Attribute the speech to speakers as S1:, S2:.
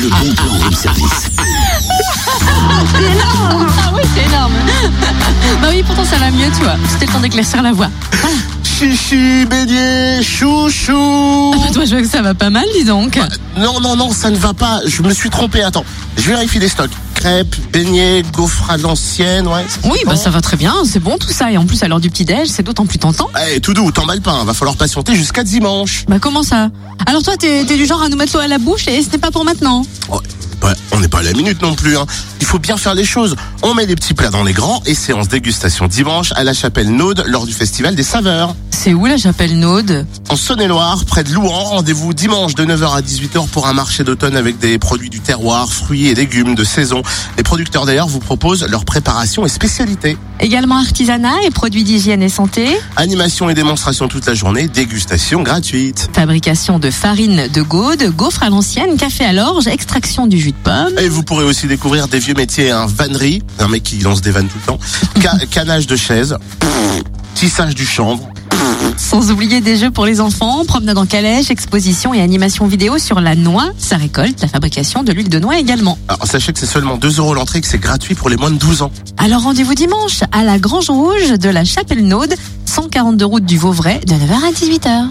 S1: Le bon plan room service.
S2: C'est énorme Ah oui, c'est énorme Bah oui, pourtant ça va mieux, tu vois. C'était le temps d'éclaircir la voix.
S3: Chichi, beignet, chouchou.
S2: Bah toi, je vois que ça va pas mal, dis donc.
S3: Non, non, non, ça ne va pas. Je me suis trompé. Attends, je vérifie les stocks. Crêpes, beignets, gaufres à l'ancienne, ouais.
S2: Oui, bah ça va très bien, c'est bon tout ça. Et en plus, à l'heure du petit-déj, c'est d'autant plus tentant.
S3: Eh, tout doux, t'en mal pas. Va falloir patienter jusqu'à dimanche.
S2: Bah comment ça Alors toi, t'es t'es du genre à nous mettre l'eau à la bouche et ce n'est pas pour maintenant.
S3: Ouais, ouais, on n'est pas à la minute non plus. hein. Il faut bien faire les choses. On met des petits plats dans les grands et séance dégustation dimanche à la chapelle Naude lors du festival des saveurs.
S2: C'est où là, j'appelle Naude
S3: En Saône-et-Loire, près de Louan, rendez-vous dimanche de 9h à 18h pour un marché d'automne avec des produits du terroir, fruits et légumes de saison. Les producteurs d'ailleurs vous proposent leurs préparations et spécialités.
S2: Également artisanat et produits d'hygiène et santé.
S3: Animation et démonstration toute la journée, dégustation gratuite.
S2: Fabrication de farine de gaude, gaufres à l'ancienne, café à l'orge, extraction du jus de pomme.
S3: Et vous pourrez aussi découvrir des vieux métiers, un vannerie, un mec qui lance des vannes tout le temps, ca- canage de chaises, tissage du chanvre,
S2: Sans oublier des jeux pour les enfants, promenade en calèche, exposition et animation vidéo sur la noix, sa récolte, la fabrication de l'huile de noix également.
S3: Alors sachez que c'est seulement 2 euros l'entrée et que c'est gratuit pour les moins de 12 ans.
S2: Alors rendez-vous dimanche à la Grange Rouge de la Chapelle Naude, 142 route du Vauvray, de 9h à 18h.